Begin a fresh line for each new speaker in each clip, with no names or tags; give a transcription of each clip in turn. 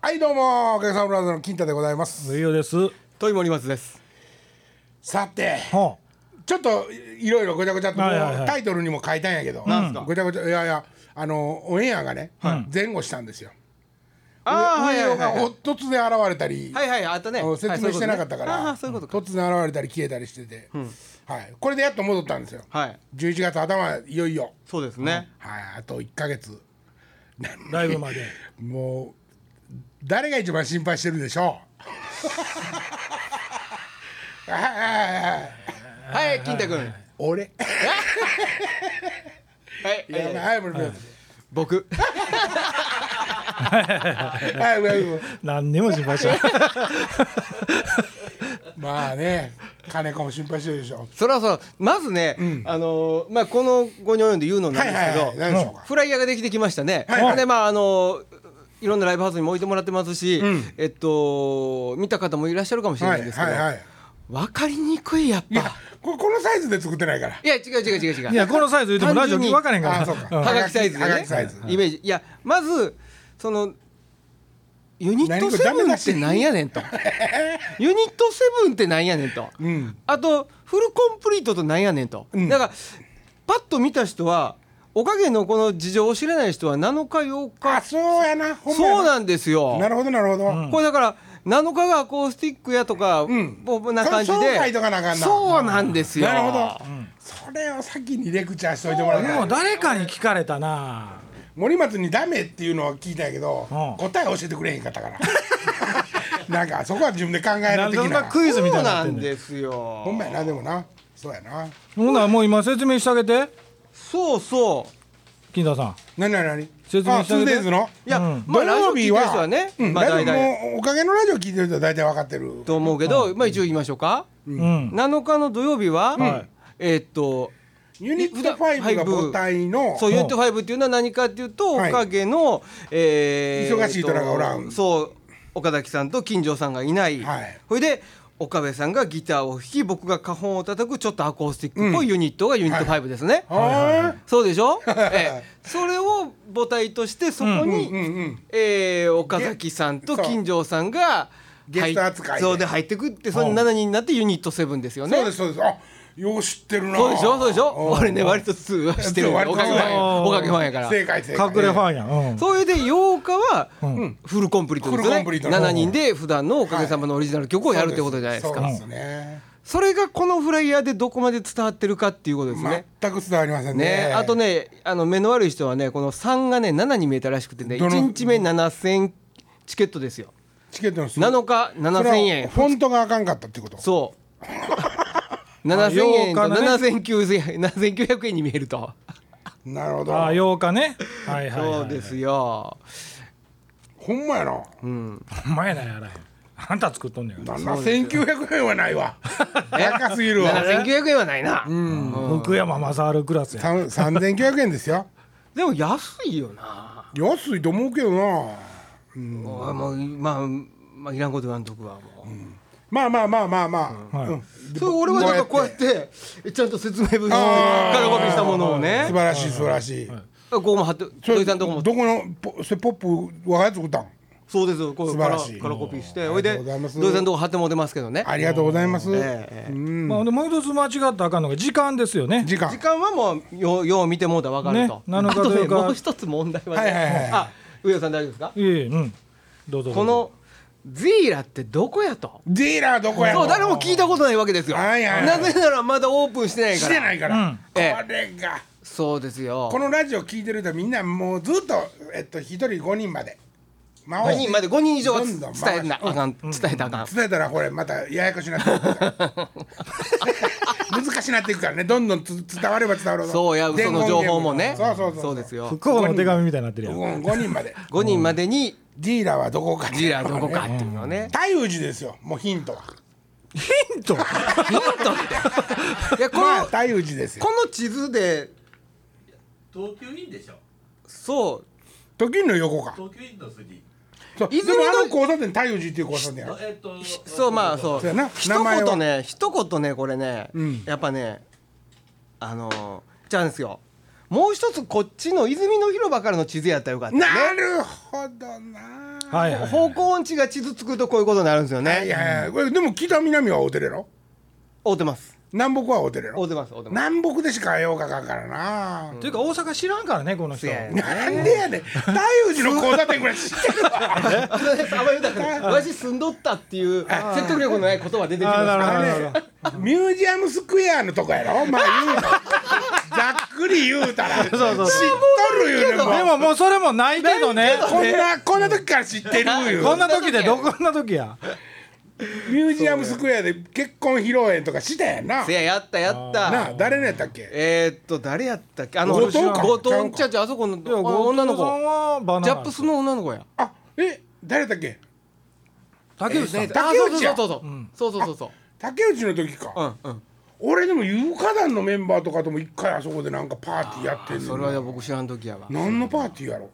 はいどうもお客様ブラザーズの金太でございます
無用です。は
問い森松です
さて
あ。
ちょっといろいろごちゃごちゃっともう
はいはいはい
タイトルにも書いたんやけど
なんすか
ごちゃごちゃいやいやあのオンエアがね前後したんですよ
ああはい
上尾
はいは
が
いはい
お突然現れたり
はいはいあったね
説明してなかったか
はい
ら
そういうことねああそういうことか
突然現れたり消えたりしててはいこれでやっと戻ったんですよ
はい
11月頭いよいよ
そうですね
はいあと1ヶ月
ライブまで。
もう誰が一番心配してるでしょうはいはいはいはい
はい金太君は
俺
いはい はい
はい、森松
僕
はい、はい、はい
何にも心配しない。
まあね、金子も心配してるでしょ。
それはそうまずねあのーまあこの後に及んで言うのなん
はい
で
はいはい、
すけ
何でしょう
ど
か。
フライヤーができてきましたね
はいはい
でまああのーいろんなライブハウスにも置いてもらってますし、えっと見た方もいらっしゃるかもしれ
は
な
い、
いんですけど、
はい、はい。
分かりにくいやっ
い
ぱ
や、これこのサイズで作ってないから。
いや違う違う違う違う
いや、このサイズ言ってもラジオ
単純に
分からへんか
あ、
ら
そう
な。
か。
はがきサイズで
はが
ね
きサイズ。
イメージいやまずそのユニッ
何
ト
これ
セ
ダメ
ブン
出
っ
して
てなんや ねんとユニットセブンってなんやねんと、
ん
あとフルコンプリートとなんやねんと、だからパッと見た人はおかげのこの事情を知らない人は7日8
あ、
日
そうやな。ほんまや
そうなんですよ
なるほど、なるほど。
これだから7日がアコースティックやとか、
ん
もうな感じ
それ紹
で
介とかなあかんな
そうなんですよ
なるほど。それを先にレクチャーしといてもら
でも
う。
誰かに聞かれたな。
森松にダメっていうのは聞いたんやけど、
うん
答え教えてくれへんかったから。 なんか、そこは自分で考え
な
る
ん
的
でそんな
な。
クイズみたいになっ
そ
て
う
ねん。
んなんですよ
ほんまやな、でもな。そうやな。
ほんならもう今説明してあげて。
そうそう
金田さん。
なになになに。
説明
あ、
してあげて
2days の。
いや、
うん
まあ、
土
ラジオ
曜
聞いて
日
る
は
人はね、
うん
まあ、
ラ
大
ジオ
体
もうおかげのラジオ聞いてる人は大体分かってる
と思うけど、まあ、一応言いましょうか、
うん。
7日の土曜日は、
はい
えーっと
ユニット5が母体の
そう
うん
ユニット5っていうのは何かっていうと、
はい
おかげの、えー
忙しい人らがおらん
えーっとそう岡崎さんと金城さんがいない、
はい
それで岡部さんがギターを弾き僕が花本を叩くちょっとアコースティックっぽいユニットがユニット5ですね、
は
そうで しょ、ええそれを母体としてそこに、
いうんうん
えー岡崎さんと
そう
金城さんが
ゲスト扱いで
はいそうで入ってくってその7人になってユニット7ですよね
そうですそうですあよう知ってるな
そうでしょそうでしょ
ん
俺ね割と通話してる
そう割
お
と
かげファンや
うん
おかげファンやから
正解正解
隠れファンやん。うん。
それで8日はフルコンプリートです
フルコ
ね
ンプリート
7人で普段のおかげさまのオリジナル曲をやるってことじゃないです
そう
か
ですね
それがこのフライヤーでどこまで伝わってるかっていうことですね
全く伝わりませんね
ね、あとねあの目の悪い人はねこの3がね7に見えたらしくてね
どの
1日目7000チケットですよ
チケットの数
7日7000円
フォントがあかんかったってこと
そう。七千円と
8日の
七千九千七千九百円に見えると。
なるほど
ああ、8日ね。はいはいはい。
そうですよ。
ほんまやな
ほんまやなやらへん。あんた作っとんねんから。
7900円はないわ高すぎるわ
七千九百円はないな。
福山雅治クラスや。
さん3900円ですよ
でも安いよな。
安いと思うけどな
おいもうまあまあいらんこと言わんとくわもう。
まあまあまあまあまあ、
はい
うん
そう俺はなんかこうやってちゃんと説明文
あー
からコピーしたものをね
素。晴らしい素晴らしい、
ここも貼って
それ
土井さんとこも
どこのポそれポップ我が家作ったん
そうですよ。こ
素
う
晴
からら
しい
からコピーしておい
あり
で
がとうございます
土井さんとこ貼っても出ますけどね。
ありがとうございます、
ええ
うん
まあ、ほんでもう一つ間違ったらあかんのが時間ですよね。
時間
時間はもうようよう見てもうたら分かると、
ね7
あと
とい
ね
うか
もう一つ問題はね、
はいはいはい
あ上野さん大丈夫ですか
いえいえ、うん。どうぞどうぞ。
このゼイラってどこやと
ディーラーどこや
そう誰も聞いたことないわけですよ、
はいはいは
ないぜならまだオープンしてない
し
か
て
ら
ないから、
うん
これが
そうですよ
このラジオ聞いてる人みんなもうずっとえっと一人五人まで回
5
して
人まで5人以上は
どん
伝
どん回
えなあかん伝えたらあかん
伝えたらこれまたややこしなっていくから 難しなっていくからねどんどんつ伝われば伝わるほど
そうや
伝言ゲ
その
ーム
情報もね
そうそうそう
そうですよ
福岡の手紙みたいになってるやん。
うん五人まで
5人までに
ディーラーはどこかって
ジ
い
イ
う
ラ
の
ど
がね
こかっていうのはね
太夫寺ですよもうヒントは
ヒント
ヒントっていやこ
まあ
の
太夫寺ですよ
この地図で
東急インでしょ
そう
時の横か
東急インの筋
そうで
泉の
もあの交差点太夫寺っていう交差点やろ
えっと
そうまあそう
そうやな
一
名前は
言ね一言ねこれね、
うん
やっぱねあのー、じゃあですよもう一つこっちの泉の広場からの地図やったらよかったね
なるほどな
はいはいはい
方向音痴が地図作るとこういうことになるんですよ
はい
ね
はいはいこれでも北南は合うてるやろ
合うてます
南北は合うてるや
合う
ろ
てます合うてます
南北でしかようがかんからな、
というか大阪知らんからねこの人
せやね
なんでやねん太陽寺の交差点ぐらい知ってるわ
あのねあんまり言うたらわし住んどったっていう説得力のない言葉出てきます
あ
か
ーなるほど
ら
あ
な
れ
るほど
ミュージアムスクエアのとこやろまあ言うのざっくり言うたら
そうそう
知っとるよねも
で
う
ももうそれもないけどね
こんなこんな時から知ってる
こん
よ
な時でどこんな時や
ミュージアムスクエアで結婚披露宴とかしたやんな
せややったやっ
な
た
あ誰のやったっけ
えーっと誰やったっけあの
後藤か
後藤ちゃちゃあそこのあの女の子
後藤さんはバナナ
ジャップスの女の子や
あえ誰やったっけ
竹内さん、
えーね
竹内や
あそうそうそうそうそうそうそう
竹内の時か
そううん
俺でも有華団のメンバーとかとも一回あそこでなんかパーティーやって
うんん
の
それは僕知らん時やわ
何のパーティーやろ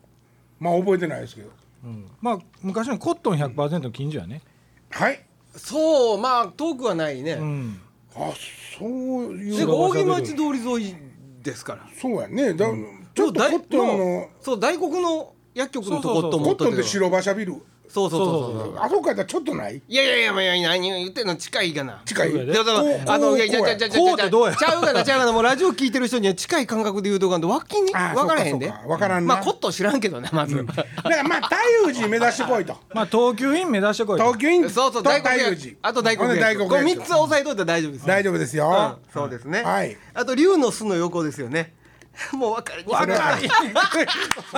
まあ覚えてないですけど
うんまあ昔のコットン100%の近所やね
はい
そうまあ遠くはないね
うん
あそうい
で
う
扇町通り沿いですから
そうやねだちょっとコ
大
ットンの
そう大黒の薬局のとこと
コ
思
ッ
っ
ト
た
ン
け
っ
ど
て白馬車ビル
そうそうそう
そうそ
そ
うう
あそこやったらちょっとない
いやいやいやいやいや何言ってんの近いがな
近い
そうや
い
で
やだか
こう
らあの
こう
いやいやいやいやいやい
こう
や
っ
ちゃ
てどうや
うがなちゃうがなもうラジオ聞いてる人には近い感覚で言うとかんとわきに
あ
分からへんで
そうかそうかわからんな
まあコットン知らんけどなまず
だからまあ太陽寺目指して こいと
まあ東急院目指してこいと
東急イン
そうそう
と
大
太
黒
陽
屋
寺
あと大黒
ほんで
屋
大
こ
黒
れ
屋
三つは押さえといたら大丈夫です
大丈夫ですよ、
うんそうですね
はい
あと龍の巣の横ですよね もう分かりにくい
それはそ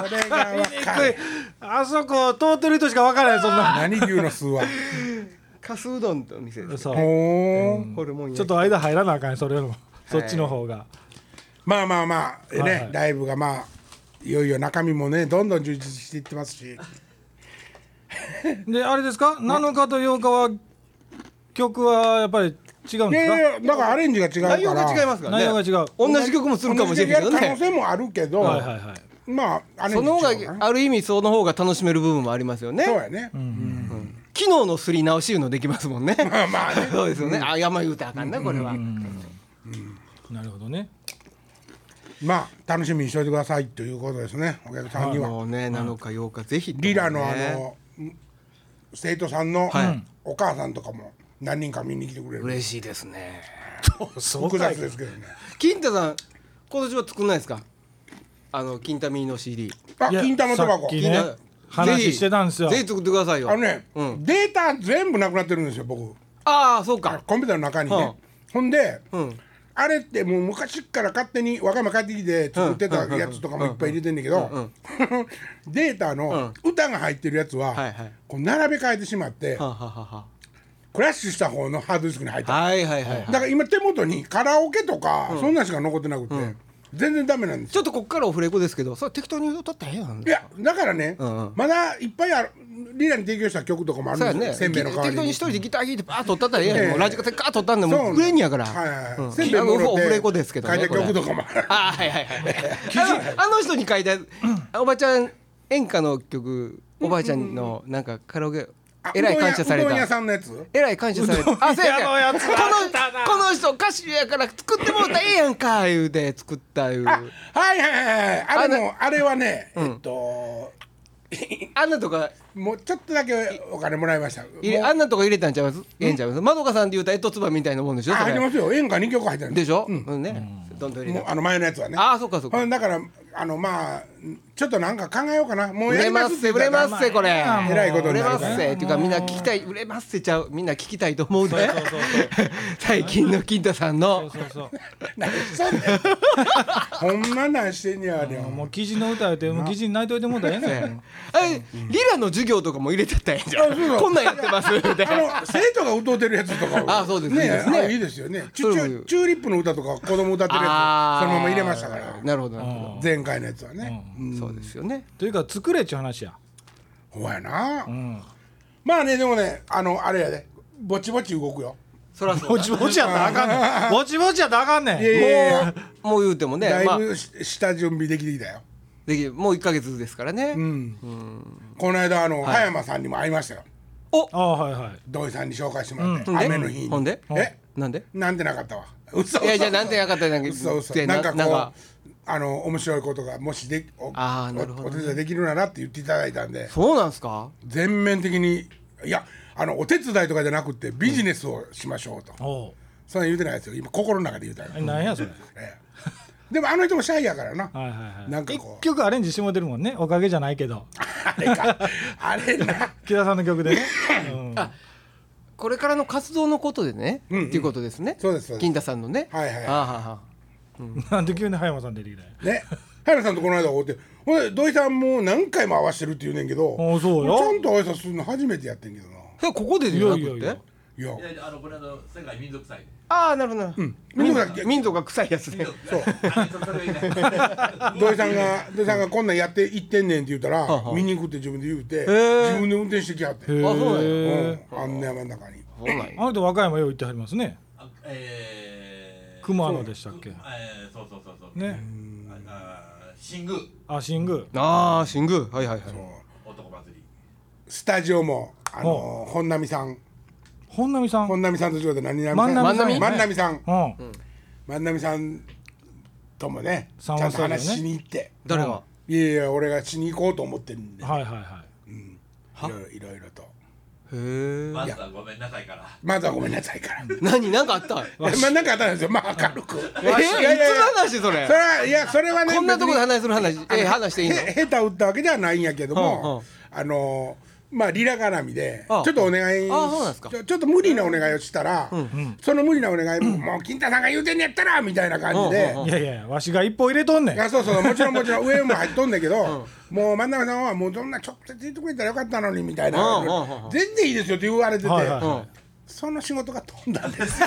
れが分かる
あそこ通ってる人しか分からへんそんな
何牛の巣は
かすうどんの店です
そう
ほー
ホルモン焼き
ちょっと間入らなあかんよそれもそっちの方が
まあまあまあね、
はいはい
ライブがまあいよいよ中身もねどんどん充実していってます し
であれですか7日と8日は曲はやっぱり違うん
い
で
や
すか
いやだからアレンジが違うから
内容が違いますからね
内容が違う
同じ曲もするかもしれんけ
同じでやる
ど
可
ね
能性もあるけど、
はいはいはい
まあアレンジ
その方
違うか
が
な
ある意味その方が楽しめる部分もありますよね
そうやね、
機能のすり直しいうのできますもんね
まあまあね
そうですよねあ山言うたらあかんなこれは
なるほどね
まあ楽しみにしておいてくださいということですねお客さんには、
もうね7日8日ぜひともね
リラのあの、生徒さんの
はい
お母さんとかも何人か見に来てくれる、
嬉しいですね
そう
複
か
雑
い
ですけどね
金太さん今年は作んないですかあの金太ミーの CD
あ
いや
金玉とば
さ
こ
っき
金太
ね話
ぜひ
してたんですよ
ぜひ作ってくださいよ
あのね、
うん
データ全部なくなってるんですよ僕
ああそうか
コンピューターの中にね、
はあ
ほんで、
うん
あれってもう昔から勝手に和歌山帰ってきて作ってたやつとかもいっぱい入れてんだけど、 データの歌が入ってるやつは、
はいはい
こう並べ替えてしまって、
はあはあは
クラッシュした方のハードディスクに入って
あ
る
はいはいはい
だから今手元にカラオケとか、そんなんしか残ってなくて、全然ダメなんですよ
ちょっとこっからオフレコですけどそれ適当に歌ったらええやん
いやだからね、
うんうん
まだいっぱいあるリラに提供した曲とかもある
そうんや
ですよ、せ
ね
んべいの代わ
適
り
当に
に
一。人でギター弾いてバーッと歌ったらええやん、
ええ
もうラジカセガーッと歌ったん
そ
で
う
も
な
うんグレーニやから、
はいはい
うん
せんべいも
あの
ろ
オ
て
フレコですけどね
書いた曲とかもある
あはいはいはい あのあの人に書いたおばちゃん演歌の曲おばあちゃんのなんかカラオケ えらい感謝され
うどん屋
た
さんのやつ
えらい感 謝されたあそうや
うどん屋の
ね
やつ
このこの人歌手やから作ってもらったらええやんか言うて作ったいう
あはいはいはいはいあれ
あ
もあれはね、えっと
あんなとか
もうちょっとだけお金もらいました
入れ
もう
あんなとか入れたんちゃいますええんちゃいますまどかさんで言うたらえとつばみたいなもんでしょ
あ
そ
入ってま
れ
すよ演歌2曲入ってる
でしょ、うんねどんどん入れ
もう
て
あの前のやつはね
ああそうかそうか
うんだからあのまあちょっとなんか考えようかなもう
売
や
れ
り
ま
ますす
せ売れますすせこれ
えらいこと
売
に
れ
な
ま
る
す
から
せっていうかみんな聞きたい売れますせちゃうみんな聞きたいと思うで 最近の金太さん
そう
の
そうそう
何してんねんほ んまなんしてんねやでも
もう記事の歌やってもう記事に泣いといてもうたらええねん
あれリラの授業とかも入れてったらええんじゃんこんなんやって ますみたい
あ
な
の生徒が歌うてるやつとか
あそうですね
ね
いいですね
あいいですよねチュチ
それもい
ュ
い
チューリップの歌とか子供歌ってるや
あ
つ
ー
そのまま入れましたから
なるほどなるほ
前回のやつはね
どそうですよね
というか作れっちゅう話や
ほやな
うん
まあねでもねあのあれやでぼちぼち動くよ
そらそう
ぼ
だ
ちぼちやったらあかんねんぼちぼちやったらあかんねん
いやいやいや
もう言うてもね
だい
まあ
ぶし下準備できてきたよ
できもう1か月ですから
う
ね
んこの間あの葉山さんにも会いましたよ
ああはいはい
土井さんに紹介してもらって
んで
雨の日に
ほんで
え
なんで
なんてなかったわ嘘嘘
いやじゃあなんてなかったらなんか
嘘
せや
嘘
な
なんか
なん
こ
か
うあの面白いことがもしでお
あーなるほど
お
ね
手伝いできるならって言っていただいたんで
そうなんですか
全面的にいやあのお手伝いとかじゃなくてビジネスをしましょうと、
お
そんなん言うてないですよ今心の中で言うたら、
おなんやそれ
ええでもあの人もシャイやからな、
はいはいはい
なんかこ
一
う
曲アレンジしてもらってるもんねおかげじゃないけど
あれかあれな
木田さんの曲で ね、うん
あこれからの活動のことでね、
うんうん
っていうことですね
そうですそうです
金田さんのね
はいはいはい
あはは
なんで急に葉山さん出てきたんや
ね原さんとこの間会うてほんで土井さんも何回も会わしてるって言うねんけど
あそうよ
ちゃんと挨拶するの初めてやってんけどな
それここでじゃなく
いやいやい
て
い
や
や
いやいやあのこれあの世界民族祭
ああなるほどなるほど
民族さん
民族が臭いやつ
民
で
族あそれ以外
土井さんが土井さんがこんなんやって行ってんねんって言うたら
はは
見に行くって自分で言うて
ー
自分で運転してきはって
へー
あそう
う
なんや
んあんな山の中に
そうなんや
あの人和歌山よう行ってはりますね
あえ ー
熊野でしたっけ
えーそうそうそうそう
ね
ああー新宮
あ新宮
ああ新宮はいはいはい
男祭り
スタジオもあの本並さん
本並さん、うん、
本並さんと違って何並
万
さん
波
さん
万波さん
あ
万波さんともねち
三
ゃん
和
と
スタジオね
話しに行って
誰が
いやいや俺がしに行こうと思ってるんでい
はいはいはい
ろいろいろいろと
へえ
まずはごめんなさいから
まずはごめんなさいから
何なんかあった
まあなんかあったんですよまあ明るく
えーいつの話それ
それはいやそれはね
こんなとこ
別
で
に
話する話えー話していいの
へ下手打ったわけではないんやけど
はあは
も、あのまあリラ絡みでちょ
ああ
っとお願い
ああそうなんですか
ちょちょっと無理なお願いをしたら、その無理なお願いも、もう金太さんが言うてんねやったらみたいな感じで、
いやいやいやわしが一歩入れとんねん
あそうそうもちろんもちろん上も入っとんだけど、もう真ん中さんはもうどんな直接言ってくれたらよかったのにみたいな、
うんうんうんうん
全然いいですよって言われてて、
はいはい
うん
は
その仕事が飛んだんです。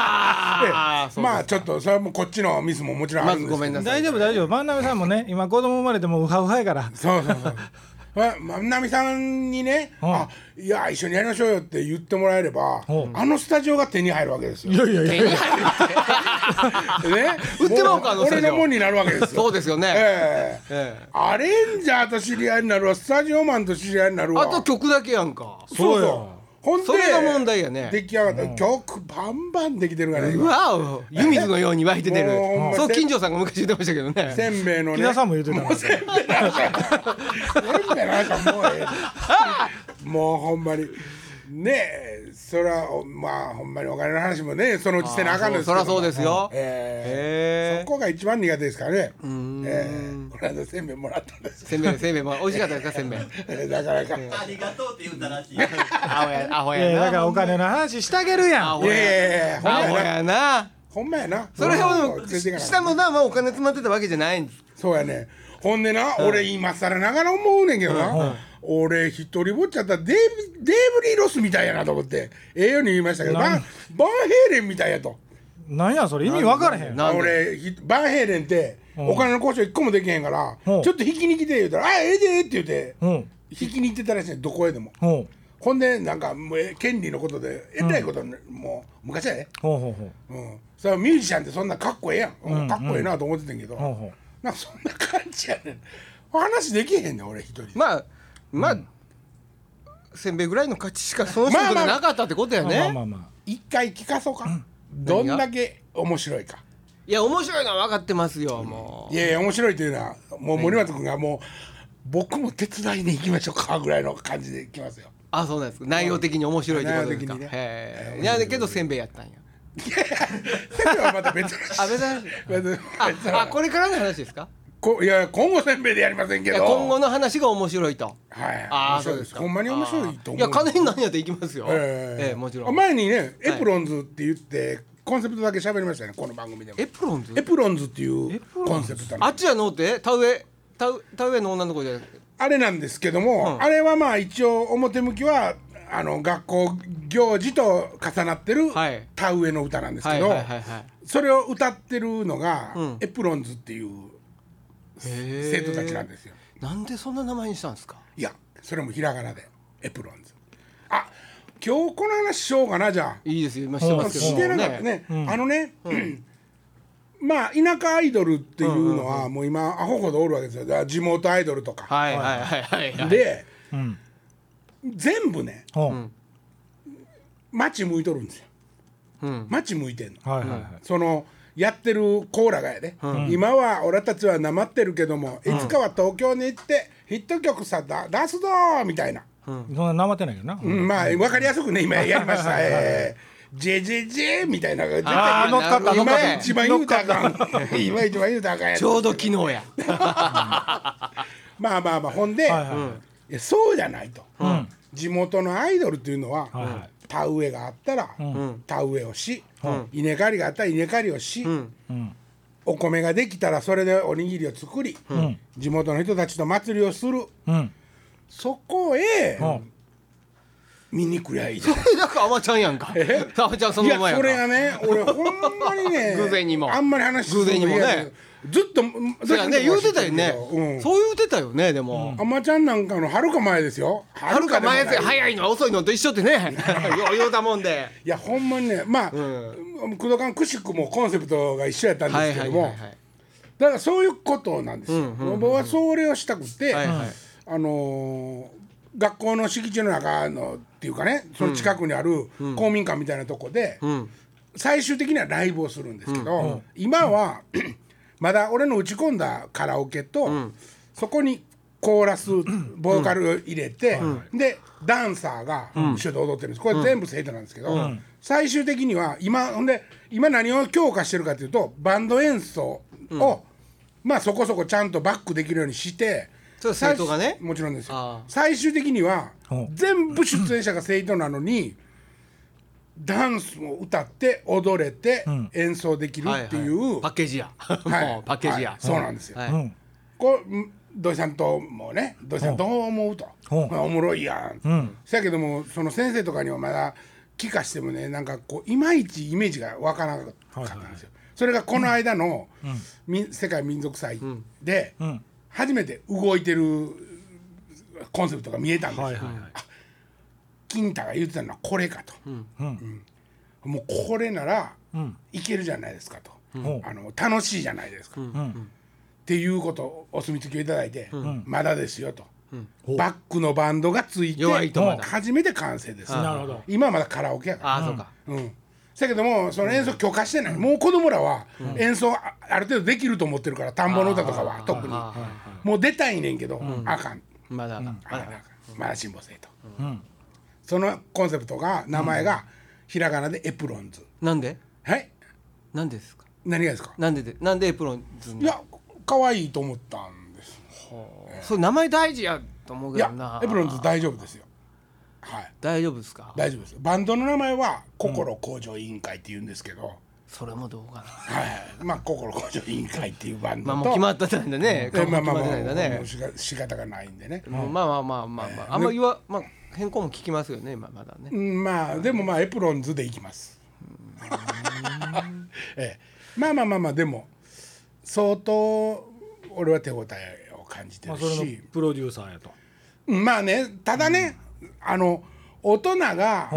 ああそう
まあちょっとそれはもうこっちのミスももちろんあるんですけど、
まずごめんなさい
大丈夫大丈夫万波さんもね今子供生まれてもうはうはやから
そうそう そう。ま万波さんにね、
うん
あいや一緒にやりましょうよって言ってもらえれば、
うん
あのスタジオが手に入るわけですよ。
いやいやいや
手に入るって
ね、
売ってまうかあの
も
スタジ
俺
オ
のもんになるわけですよ。
そうですよね
ええ
え
アレンジャーと知り合いになるわ、スタジオマンと知り合いになる
え
わ。
あと曲だけやんか
そう
そう
そ
よ
う。ほんで
それが問題やね
出来上がった、曲バンバンできてるからね。
うわお湯水のように湧いて出る
もうほんま
そう金城さんが昔言ってましたけどね
せんべいのね。
木田さんも言うてたから
せんべいの話せんべいの話はもうええもうほんまにねえそれはまあほんまにお金の話もねそのうちしてなあかんのですけど
あーそうそらそうですよ
ええそ
へえ
こが一番苦手ですからねええこの間せんべいもらったんです
せんべいせんべいまあ美味しかったですかせんべ い
ええなかなかい
ありがとうって言った らしい
アホやアホ
いやいやだ
や
からお
な
金の話してあげるや
ア
ん
ホ
やい
や
やいやほん
ア
ま
ホ
やな
やな
ほんまやな
それ
ほんま
を
連れていかな
下の段はお金詰まってたわけじゃないんです
そうやねほんでな、俺今更ながら思うねんけどな、俺一人ぼっちやったらデーブデーブリー・ロスみたいやなと思ってええように言いましたけどバンバンヘイレンみたいやと
なんやそれ意味分からへん
なんで
俺ひバンヘイレンってお金の交渉一個もできへんから、
うん
ちょっと引きに来て言うたら「あええでええ」って言うて、
うん
引きに行ってたらしいねんどこへでも。
ほう
ほんでなんかもうえ権利のことでえらいことに、もう昔やね、
ほうほうほう
うん、それはミュージシャンってそんなかっこええやん、うんかっこええなと思ってたんけど、
ほうほう
なんかそんな感じやねん話できへんねん俺一人で
まあまあせんべいぐらいの価値しかその人でなかったってことや
まあま
ね
あま
一回聞かそうか、どんだけ面白いか
いや面白いのは分かってますよも
いやいや面白いというのはもう森松君がもう僕も手伝いに行きましょうかぐらいの感じで行きますよ
うあそうなんです内容的に面白いってことですか
内容的にね
へえいやだけどせんべいやったんや
せんべいはまた別の話
あ別の話
別の別の
ああこれからの話ですか
こいや今後せんべいでやりませんけ
い
ど
や今後の話が面白いと
はい面
あ
白
あそ
いう
ですか
ほんまに面白いと思う
あーいや金になんやっていきますよ
ええ
ええもちろん
前にねエプロンズって言って、コンセプトだけ喋りましたよねこの番組でも
エプロンズ
エプロンズっていうコンセプトの
あっちやのうて田植え田植え田植えの女の子じゃなくて
あれなんですけども、あれはまあ一応表向きはあの学校行事と重なってる
はい
田植えの歌なんです
は
け
い
ど、
はいはいはい
それを歌ってるのが、
ん
エプロンズっていう生
生
徒たちなんですよ。
なんでそんな名前にしたんですか
いやそれもひらがなでエプロンズ。あ今日この話しようかなじゃあ。
いいですよ今してますけど
してなかったね、あのね、 まあ田舎アイドルっていうのはもう今アホほどおるわけですよだから地元アイドルとか、
はいはいはいはいはい
で
あうん
全部ね
ほう
街向いとるんですよ
うん
街向いてんの
はいはいはい
そのやってるコーラがやで、今は俺たちはなまってるけどもいつかは東京に行ってヒット曲さだ出すぞーみたいな、
そんななまってないけどな、
うんまあ分かりやすくね今やりました、えー、ジェジェジェみたいなのが出て
あー乗っかった乗っかっ
今
た
一番言うたらあかん 今一番言うたらあかんやつ
ちょうど昨日や
まあまあまあほんで、
はいはい
いやそうじゃないと、
ん
地元のアイドルっていうのは、
は
田植えがあったら、
ん
田植えをし、稲刈りがあったら稲刈りをし、
ん
うん
お米ができたらそれでおにぎりを作り、
ん
地元の人たちと祭りをする
うん
そこへ、
うん
見に来りゃいいじゃん
なんかアマちゃんやんかアマちゃんそ
い
のま
や
まやん
そ
か
れがね俺ほんまにね
偶然にも
あんまり話
偶然にもね
ずっとうん
そうやね言うてたよね、
うん
そう言うてたよねでも、
あまちゃんなんかのはるか前ですよ
はるか前
でも
で
ない
早いのは遅いのと一緒ってね よう言うたもんで
いやほんまにねまあ、うん、工藤館くしくもコンセプトが一緒やったん
は
で
い
すけ
はい
ど
はい
も、
はい
だからそういうことなんですよ、僕はそれをしたくて、
はいはい
あのー学校の敷地の中のっていうかねその近くにある公民館みたいなとこで、
うん
最終的にはライブをするんですけど、今は、 まだ俺の打ち込んだカラオケと、そこにコーラスボーカル入れて、でダンサーが一緒で踊ってるんですこれ全部生徒なんですけど、最終的には今ほんで今何を強化してるかというとバンド演奏を、まあそこそこちゃんとバックできるようにして。
それ生徒が
最
ね
終もちろんですよ
ああ
最終的には
うん
全部出演者が生徒なのに、ダンスを歌って踊れて
ん
演奏できる
はい
っていう、
パッケージや、
はい
もうパッケージや、
はいそうなんですよ
は
う
い
ん
こうん土井さんともね土井さんどう思うと、
うん
まあおもろいやん、
ん
そやけどもその先生とかにはまだ聞かしてもねなんかこういまいちイメージがわからなかったんですよ、それがこの間の、み世界民族祭で、
ん
初めて動いてるコンセプトが見えたんですよ、
はいはいはい
あ金太が言ってたのはこれかと、
うん
もうこれなら
うん
いけるじゃないですかと、
ん
あの楽しいじゃないですか、
うん
っていうことをお墨付きをいただいて、まだですよと、
ほう
バックのバンドがついて
弱いとまだ
初めて完成です
なるほど
今はまだカラオケやから
ああそうか、
うんだけどもその演奏許可してない、もう子供らは演奏あある程度できると思ってるから田んぼの歌とかは特に
ああはい
もう出たいねんけど、あかん
まだ、ま
あかんあ
だ
かんまだ辛抱せえと、
ん
そのコンセプトが名前がひらがなでエプロンズ
なんで
はい
なんでですか
何がですか
なんででなんでエプロンズに
いや可愛いと思ったんです
そう名前大事やと思う
い
けどな
やエプロンズ大丈夫ですよはい
大丈夫ですか
大丈夫ですバンドの名前は心向上委員会って言うんですけど、
それもどうかな
はいまあ心向上委員会っていうバンドと
まあもう決まってたんでね
え
決
ま
ま
あまあ
って
まあ
たんだ
も
ね
うしか仕方がないんでね、
もうまあまあまあまあまああんま言わまあ変更も聞きますよね今まだね
うん、まあでもまあエプロンズでいきます、 ええ、まあまあまあまあでも相当俺は手応えを感じて
ま
る
あそれの
し、
プロデューサーやと
うんまあねただね、あの大人が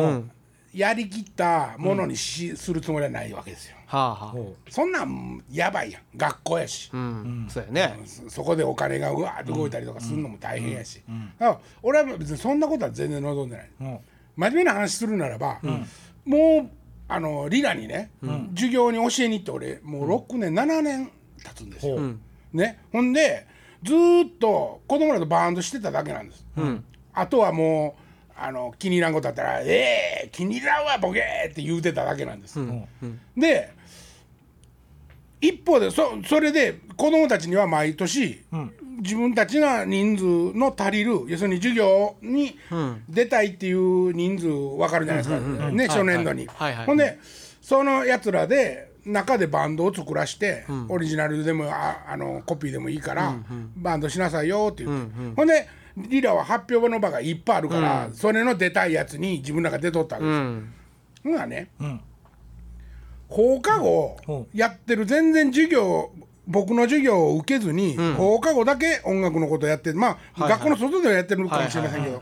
やりきったものにし、するつもりはないわけですよ
はあはあ
そんなんやばいやん学校やし、
うんそうやね
そそこでお金がうわーって動いたりとかするのも大変やし、だから俺は別にそんなことは全然望んでない、
うん
真面目な話するならば、もうあのリラにね、授業に教えに行って俺もう6年7年経つんですよ、ね、ほんでずーっと子供らとバーンドしてただけなんです、あとはもうあの気に入らんことあったら「ええ気に入らんわボケ!」って言うてただけなんです、で一方でそそれで子どもたちには毎年、自分たちが人数の足りる要するに授業に出たいっていう人数分かるじゃないですか、ね初年度に。
はいはい
ほんでそのやつらで中でバンドを作らして、オリジナルでもああのコピーでもいいから、バンドしなさいよって言って、ほんでリラは発表の場がいっぱいあるから、それの出たいやつに自分らが出とったわけですよ。ほんならね、
ん
放課後
うん
やってる全然授業僕の授業を受けずに、放課後だけ音楽のことやってまあ、学校の外ではやってるかもしれませんけど、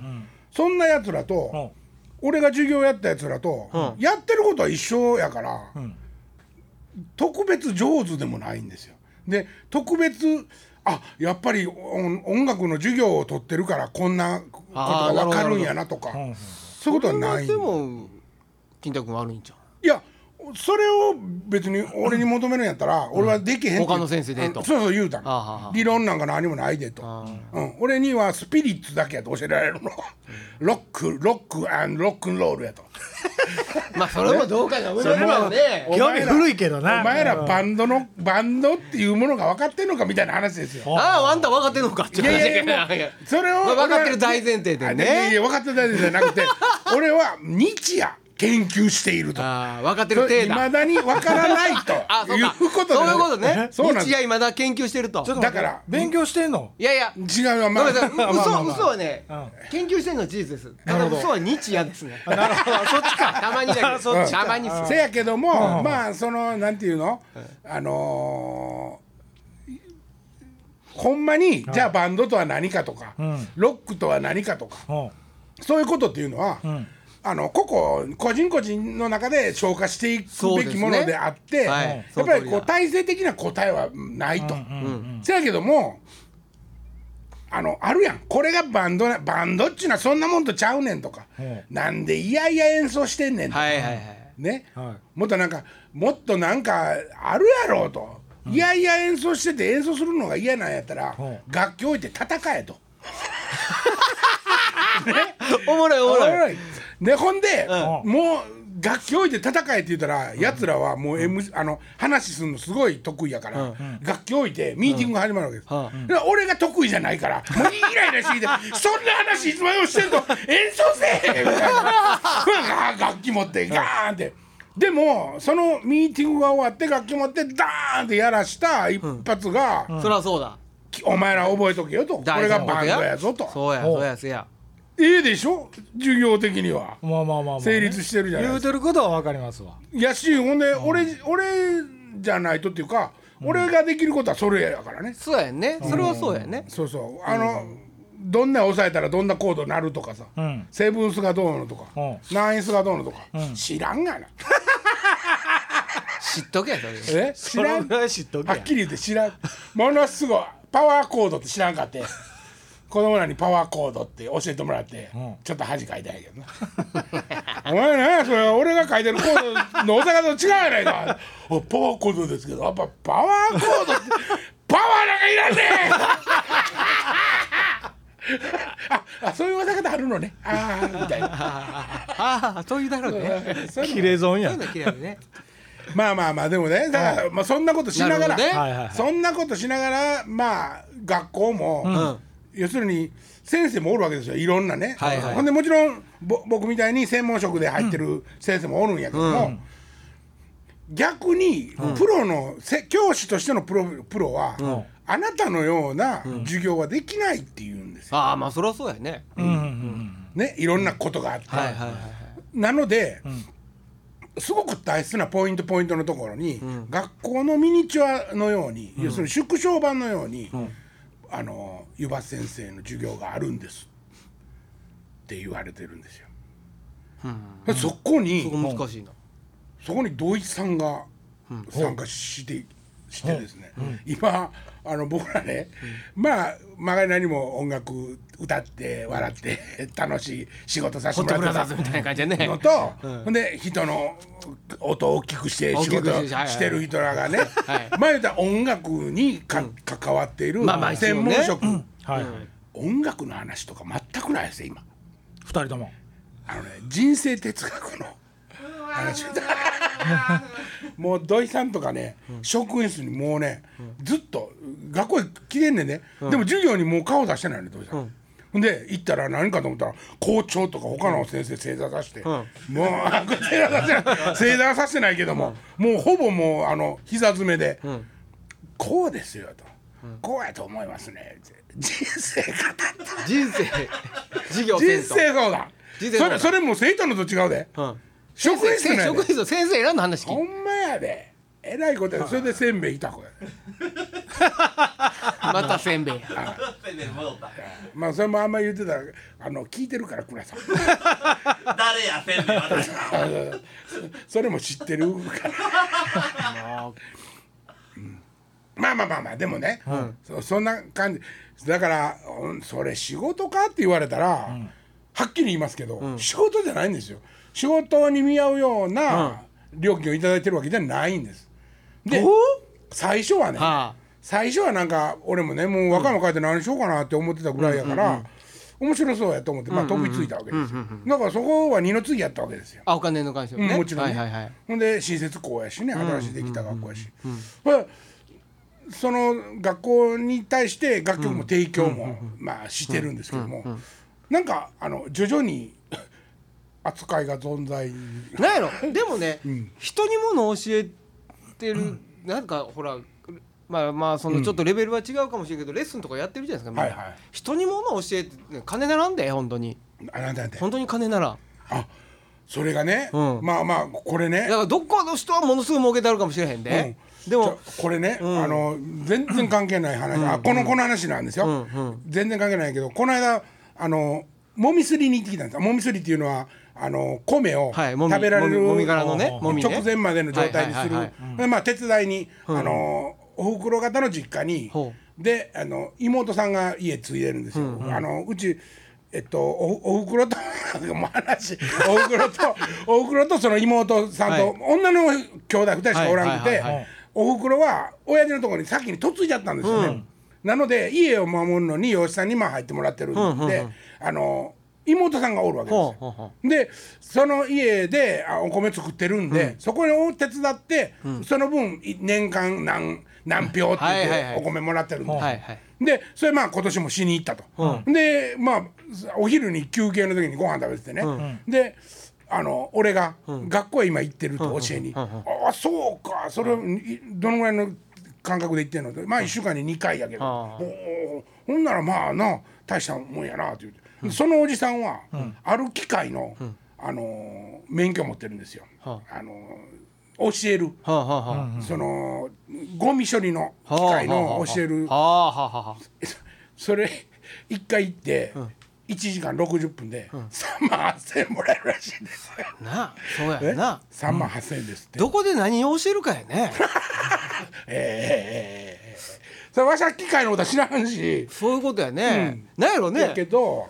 そんなやつらと、俺が授業やったやつらと、やってることは一緒やから、特別上手でもないんですよ。で特別あやっぱり音音楽の授業を取ってるからこんなことが分かるんやなとか
うん
そういうことはないん
でも金太君悪いんじゃん
いやそれを別に俺に求めるんやったら、俺はできへんって
他の先生でと
うんそうそう言うたん
あはは
理論なんか何もないでと、うん、俺にはスピリッツだけやと教えられるのロックロックアンドロックンロールやと
まあそれもどうかな思いますよね
お
興
前
味
ら
古いけどな
お前らバンドのバンドっていうものが分かってんのかみたいな話ですよ
あああんた分かってんのかって
いやいやいやそれを
まあ
俺は
分かってる大前提でね
あいやいや分かってる大前提じゃな くて俺は日夜研究していると
ああ分かってる
い
体
ま
だ
だに分からないと
あそう
いう
か
ことで
そういうことね
そうなん
日
で
夜まだ研究してると
ちょっと待って
だから
勉強してんの
いやいや
す違うよま
ご
あ
めんなさい嘘
まあまあまあ
嘘はね
うん
研究してるのは事実ですただ嘘は日夜ですね
なるほどそっちか
たまにだけ
そ
ど
っちか
たまにっす
せやけども、まあそのなんていうの、あのーほんまに、じゃあバンドとは何かとか、
ん
ロックとは何かとか
うん
そういうことっていうのは、
ん
あの個々個人個人の中で消化していくべきものであって、
そう
や
ですね
っぱりこ
は
う
い
体制的な答えはないと。
ん
せやけどもあのあるやんこれがバンドなバンドっちゅうのはそんなもんとちゃうねんとか、
うん
なんでいやいや演奏してんねんとか、
はいはいはい
ね、
は
もっとなんかもっとなんかあるやろうと、いやいや演奏してて演奏するのが嫌なんやったら、
うん
楽器置いて戦えと。
おもろいおもろい
でほんで、
うん
もう楽器置いて戦えって言ったら、やつらはもう、M あの話するのすごい得意やから、楽器置いてミーティングが始まるわけです、
うん
で俺が得意じゃないからもうイライラ してきてそんな話いつまでもしてんと演奏せえみたい な楽器持ってガーンって。でもそのミーティングが終わって楽器持ってダーンってやらした一発が、
そりゃそうだ
きお前ら覚えとけよとこ
大
れが
事な
バ
こ
ン
と
ドやぞと
そうや
ほう
そうやそうや
ええでしょ授業的には。
いまあまあまあまあね
成立してるじゃな
言
いで
う
す
てることはわかりますわ
か。やしほんで俺,、俺じゃないとっていうか俺ができることはそれやからね。
そうやんねそれはそうやね
そうそうあの、どんな押さえたらどんなコードなるとかさ、
ん
成分数がどうのとか、
うん
何因数がどうのとか、知らんがな。
知っとけそれ
え知
そ
らん
れぐらい知っとけ
は
や
っきり言って知らんものすごいパワーコードって知らんかって子供らにパワーコードって教えてもらって、
ん
ちょっと恥かいたんやけどな お前何やそれ俺が書いてるコードの大阪と違うやないかおパワーコードですけどやっぱパワーコードってパワーなんかいらんねん ああそういう技方あるのねああみたいな
ああそういうだろうね
そういうの
綺麗損や
そういうの嫌いでね
まあまあまあでもねだから、まあ、そんなことしながら
なるほどね
はいはいはい
そんなことしながらまあ学校も、要するに先生もおるわけですよいろんなね、
はいはい
ほんでもちろんぼ僕みたいに専門職で入ってる先生もおるんやけども、逆にプロの、せ教師としてのプロプロは、あなたのような授業はできないっていうんですよ、
ああまあそりゃそうやね
うんうんうん
ねいろんなことがあって、
はいはいはい
なので、すごく大切なポイントポイントのところに、学校のミニチュアのように、要するに縮小版のように、あの湯葉先生の授業があるんですって言われてるんですよ。そこに
そこ難しいな
そこに土井さんが参加して、してですね、今あの僕らね、まあ曲がりなりにも音楽歌って笑って楽しい仕事させ
ホ
て
ッ
も
ト
らっ
ブ
てた
ラザーズみたいな感じでね
のと、ほんで人の音を大きくして仕
大きく
事
してはいはい
してる人らがね、
はい
まあ言うたら音楽にか、関わっている
まあまあ一
専
応
門
ね
職、
はいはい
音楽の話とか全くないですよ今
二人とも
あのね人生哲学の話もう土井さんとかね、職員室にもうね、ずっと学校へ来てんねんね、でも授業にもう顔出してないの土井さん。ほんで行ったら何かと思ったら校長とか他の先生正座させて、もうあこれ正座させない正座はさせてないけども、もうほぼもうあの膝詰めで、こうですよと、こうやと思いますねって人生語った
人生授業
人
先
生
生
相談
人
そ
生相
れ
談
それも生徒のと違うで、職員室のや
職
で
員室の先生選んだ話聞
ほ
い
んまやでえらいことやでそれでせんべいいた子やで
またせんべいや
それで戻った
まあそれもあんま言ってたらあの聞いてるから倉さん
誰やせんべい 私
あのそれも知ってるからうんまあまあまあまあでもね、そそんな感じだからうんそれ仕事かって言われたら、はっきり言いますけど、仕事じゃないんですよ仕事に見合うような料金を頂いただいてるわけじゃないんですで最初はね、
はあ
最初はなんか俺もねもう和歌山帰って何しようかなって思ってたぐらいやから、面白そうやと思って、まあ、飛びついたわけですよ、だからそこは二の次やったわけですよ
あお金の関係ね、
うんもちろん、ね
はいはいはい
ほんで新設校やしね新しいできた学校やし、ほらその学校に対して楽曲も提供も、まあ、してるんですけども、なんかあの徐々に 扱いが存在
なんや ろでもね、人にものを教えてるなんかほらまあまあそのちょっとレベルは違うかもしれんけど、レッスンとかやってるじゃないですか、みんな
はいはい
人にものを教えて金ならんで本当に
あなんだって
本当に金ならん
あそれがね、
うん
まあまあこれ
だ
ね
か、らどこの人はものすごい儲けてあるかもしれへんで、
うん
で
ちょ
も
これね、あの全然関係ない話、あこのこの話なんですよ、全然関係ないけどこの間あのもみすりに行ってきたんですもみすりっていうのはあの米を
はいもみ
食べられる、
もみもみ殻のねもみね
直前までの状態にする
はいはいはい
でまあ手伝いに、あのおふくろ方の実家に
ほ
であの妹さんが家継いでるんですよ、あのうちえっと、おおふくろともう話おふくろとおふくろとその妹さんと、
はい
女の兄弟二人しかおらんくて、
はいはいはいはい
おふくろは親父のところに先に嫁いじゃったんですよね、なので家を守るのに養子さんにまあ入ってもらってるんで、あの妹さんがおるわけですよ、
ほうほ
でその家であお米作ってるんで、そこを手伝って、その分い年間何何票って言っ
はいはいはい
てお米もらってるんですよ、
はいはい
でそれまあ今年もしに行ったと、でまあお昼に休憩の時にご飯食べててね、であの俺が学校へ今行ってると教えに「ああそうかそれいどのぐらいの感覚で行ってんの?」ってまあ1週間に2回やけど
あ
おーほんならまあな大したもんやな」って言って、そのおじさんは、ある機械の、あのー免許持ってるんですよ。あのー教える、
はあはあはあ
そのゴミ処理の機械の教える
はあはあはあはあ
それ一回行って、一1時間60分で3万8,000円もらえるらしいんですよ。
なあそうや な
3万8,000円ですって。
どこで何を教えるかや ね
ええええええええそれわしは機械のことは知らんし。
そういうことやね、なんやろ
だけ
ね
ど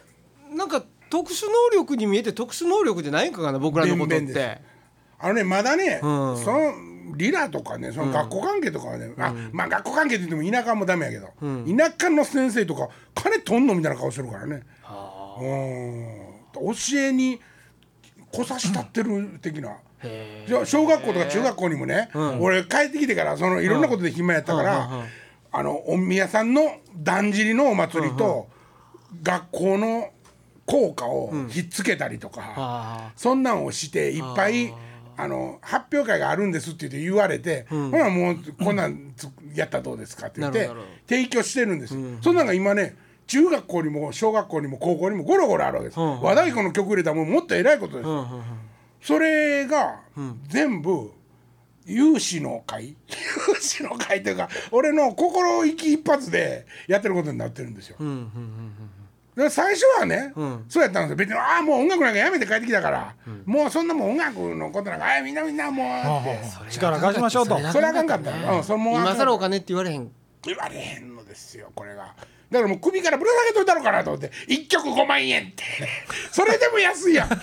なんか特殊能力に見えて特殊能力じゃないんかな僕らのことっ
便便で
て
あのねまだね、
うん
そのリラとかねその学校関係とかはね、あまあ学校関係って言っても田舎もダメやけど、田舎の先生とか金とんのみたいな顔してるからね。うん教えにこさしたってる的な。じゃあ小学校とか中学校にもね、俺帰ってきてからそのいろんなことで暇やったから、あのお宮さんのだんじりのお祭りと、学校の校歌をひっつけたりとか、そんなんをしていっぱいあの発表会があるんですって言って言われて、ほらもうこんなんつやったらどうですかって言っ
な
て
るほどなる
提供してるんですよ、そんなんが今ね中学校にも小学校にも高校にもゴロゴロあるわけです、和太鼓の曲入れたらもうもっと偉いことです、それが全部有志の会有志の会というか俺の心意気一発でやってることになってるんですよ。だから最初はね、そうやったんですよ別に「ああもう音楽なんかやめて帰ってきたから、もうそんなもん音楽のことなんかああみんなみんなもう」って
力貸しましょうと
それ
それあかんかったのうんそれもうあかん
今更お金って言われへん
言われへんのですよこれがだからもう首からぶら下げといたのかなと思って1曲5万円 ってそれでも安いやん
あ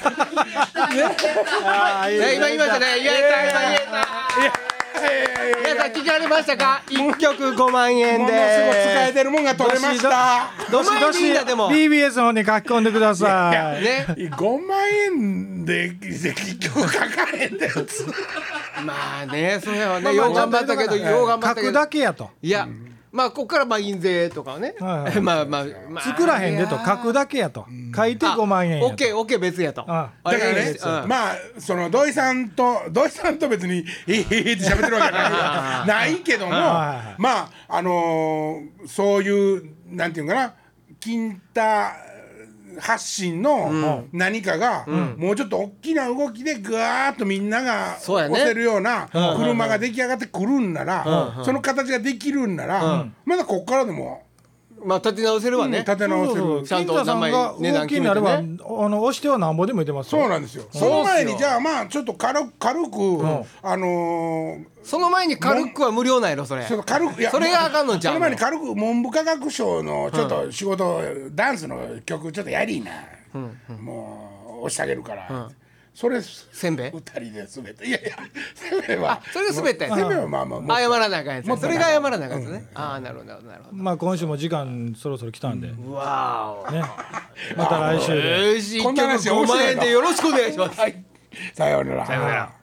あいい
いや今言いましたね言えた今言えた皆さん聞かれましたか一曲5万円
ものすごい
で
使えてるもんが取れました
ど
ど
し
し
ど
ど
し
し
いいんだでも
BBS の方に書き込んでください
ね
5万円でで結局かかへんで普通
まあねそれはねよう頑張ったけどよう頑張
書
ったけ
く
ど
だけやと
いやまあここからまあ印税とかね
はい
ま
は
あ
い
まあまあ
作らへんでと書くだけやと書いて5万円
オッ
やと
ケーオッケー別やと
あ
あ
だ
れ
からね
うん
まあその土井さんと土井さんと別に 「えへへ」って喋ってるわけじゃないないけどもま
はい
ああのーそういうなんていうんかな金太発信の何かが、もうちょっと大きな動きでぐわーっとみんなが
そうやね
押せるような車が出来上がってくるんなら、その形ができるんなら、まだこっからでも、
まあ立て直せるわ
うん
ね
立て直せる。
ちゃん
金
と
田さんが
名前値段
動きに
決め
なれ
て
ばあ
ね
の押してはなんぼでもいてますよ
そうなんですよ。その前にじゃあまあちょっと軽く軽く、あのー
その前に軽くは無料なんやろそれ
ちょっと軽くいや
それがあかんのちゃ
そ
うの
の前に軽く文部科学省のちょっと仕事、ダンスの曲ちょっとやりいな、もう押してあげるから、それ
せんべい
二人で滑っていやいやせんべいは
それが滑ったやつ
せんべいはまあまあもう
謝らなあかんや
も
つ
っと
それが謝らなあかんやつねああなるほどなるほどなるほ
まあ今週も時間そろそろ来たんで、
どわーお
ねまた来週で。
よし
こんな話
5万円でよろしくお願いします
はいさようなら
さようなら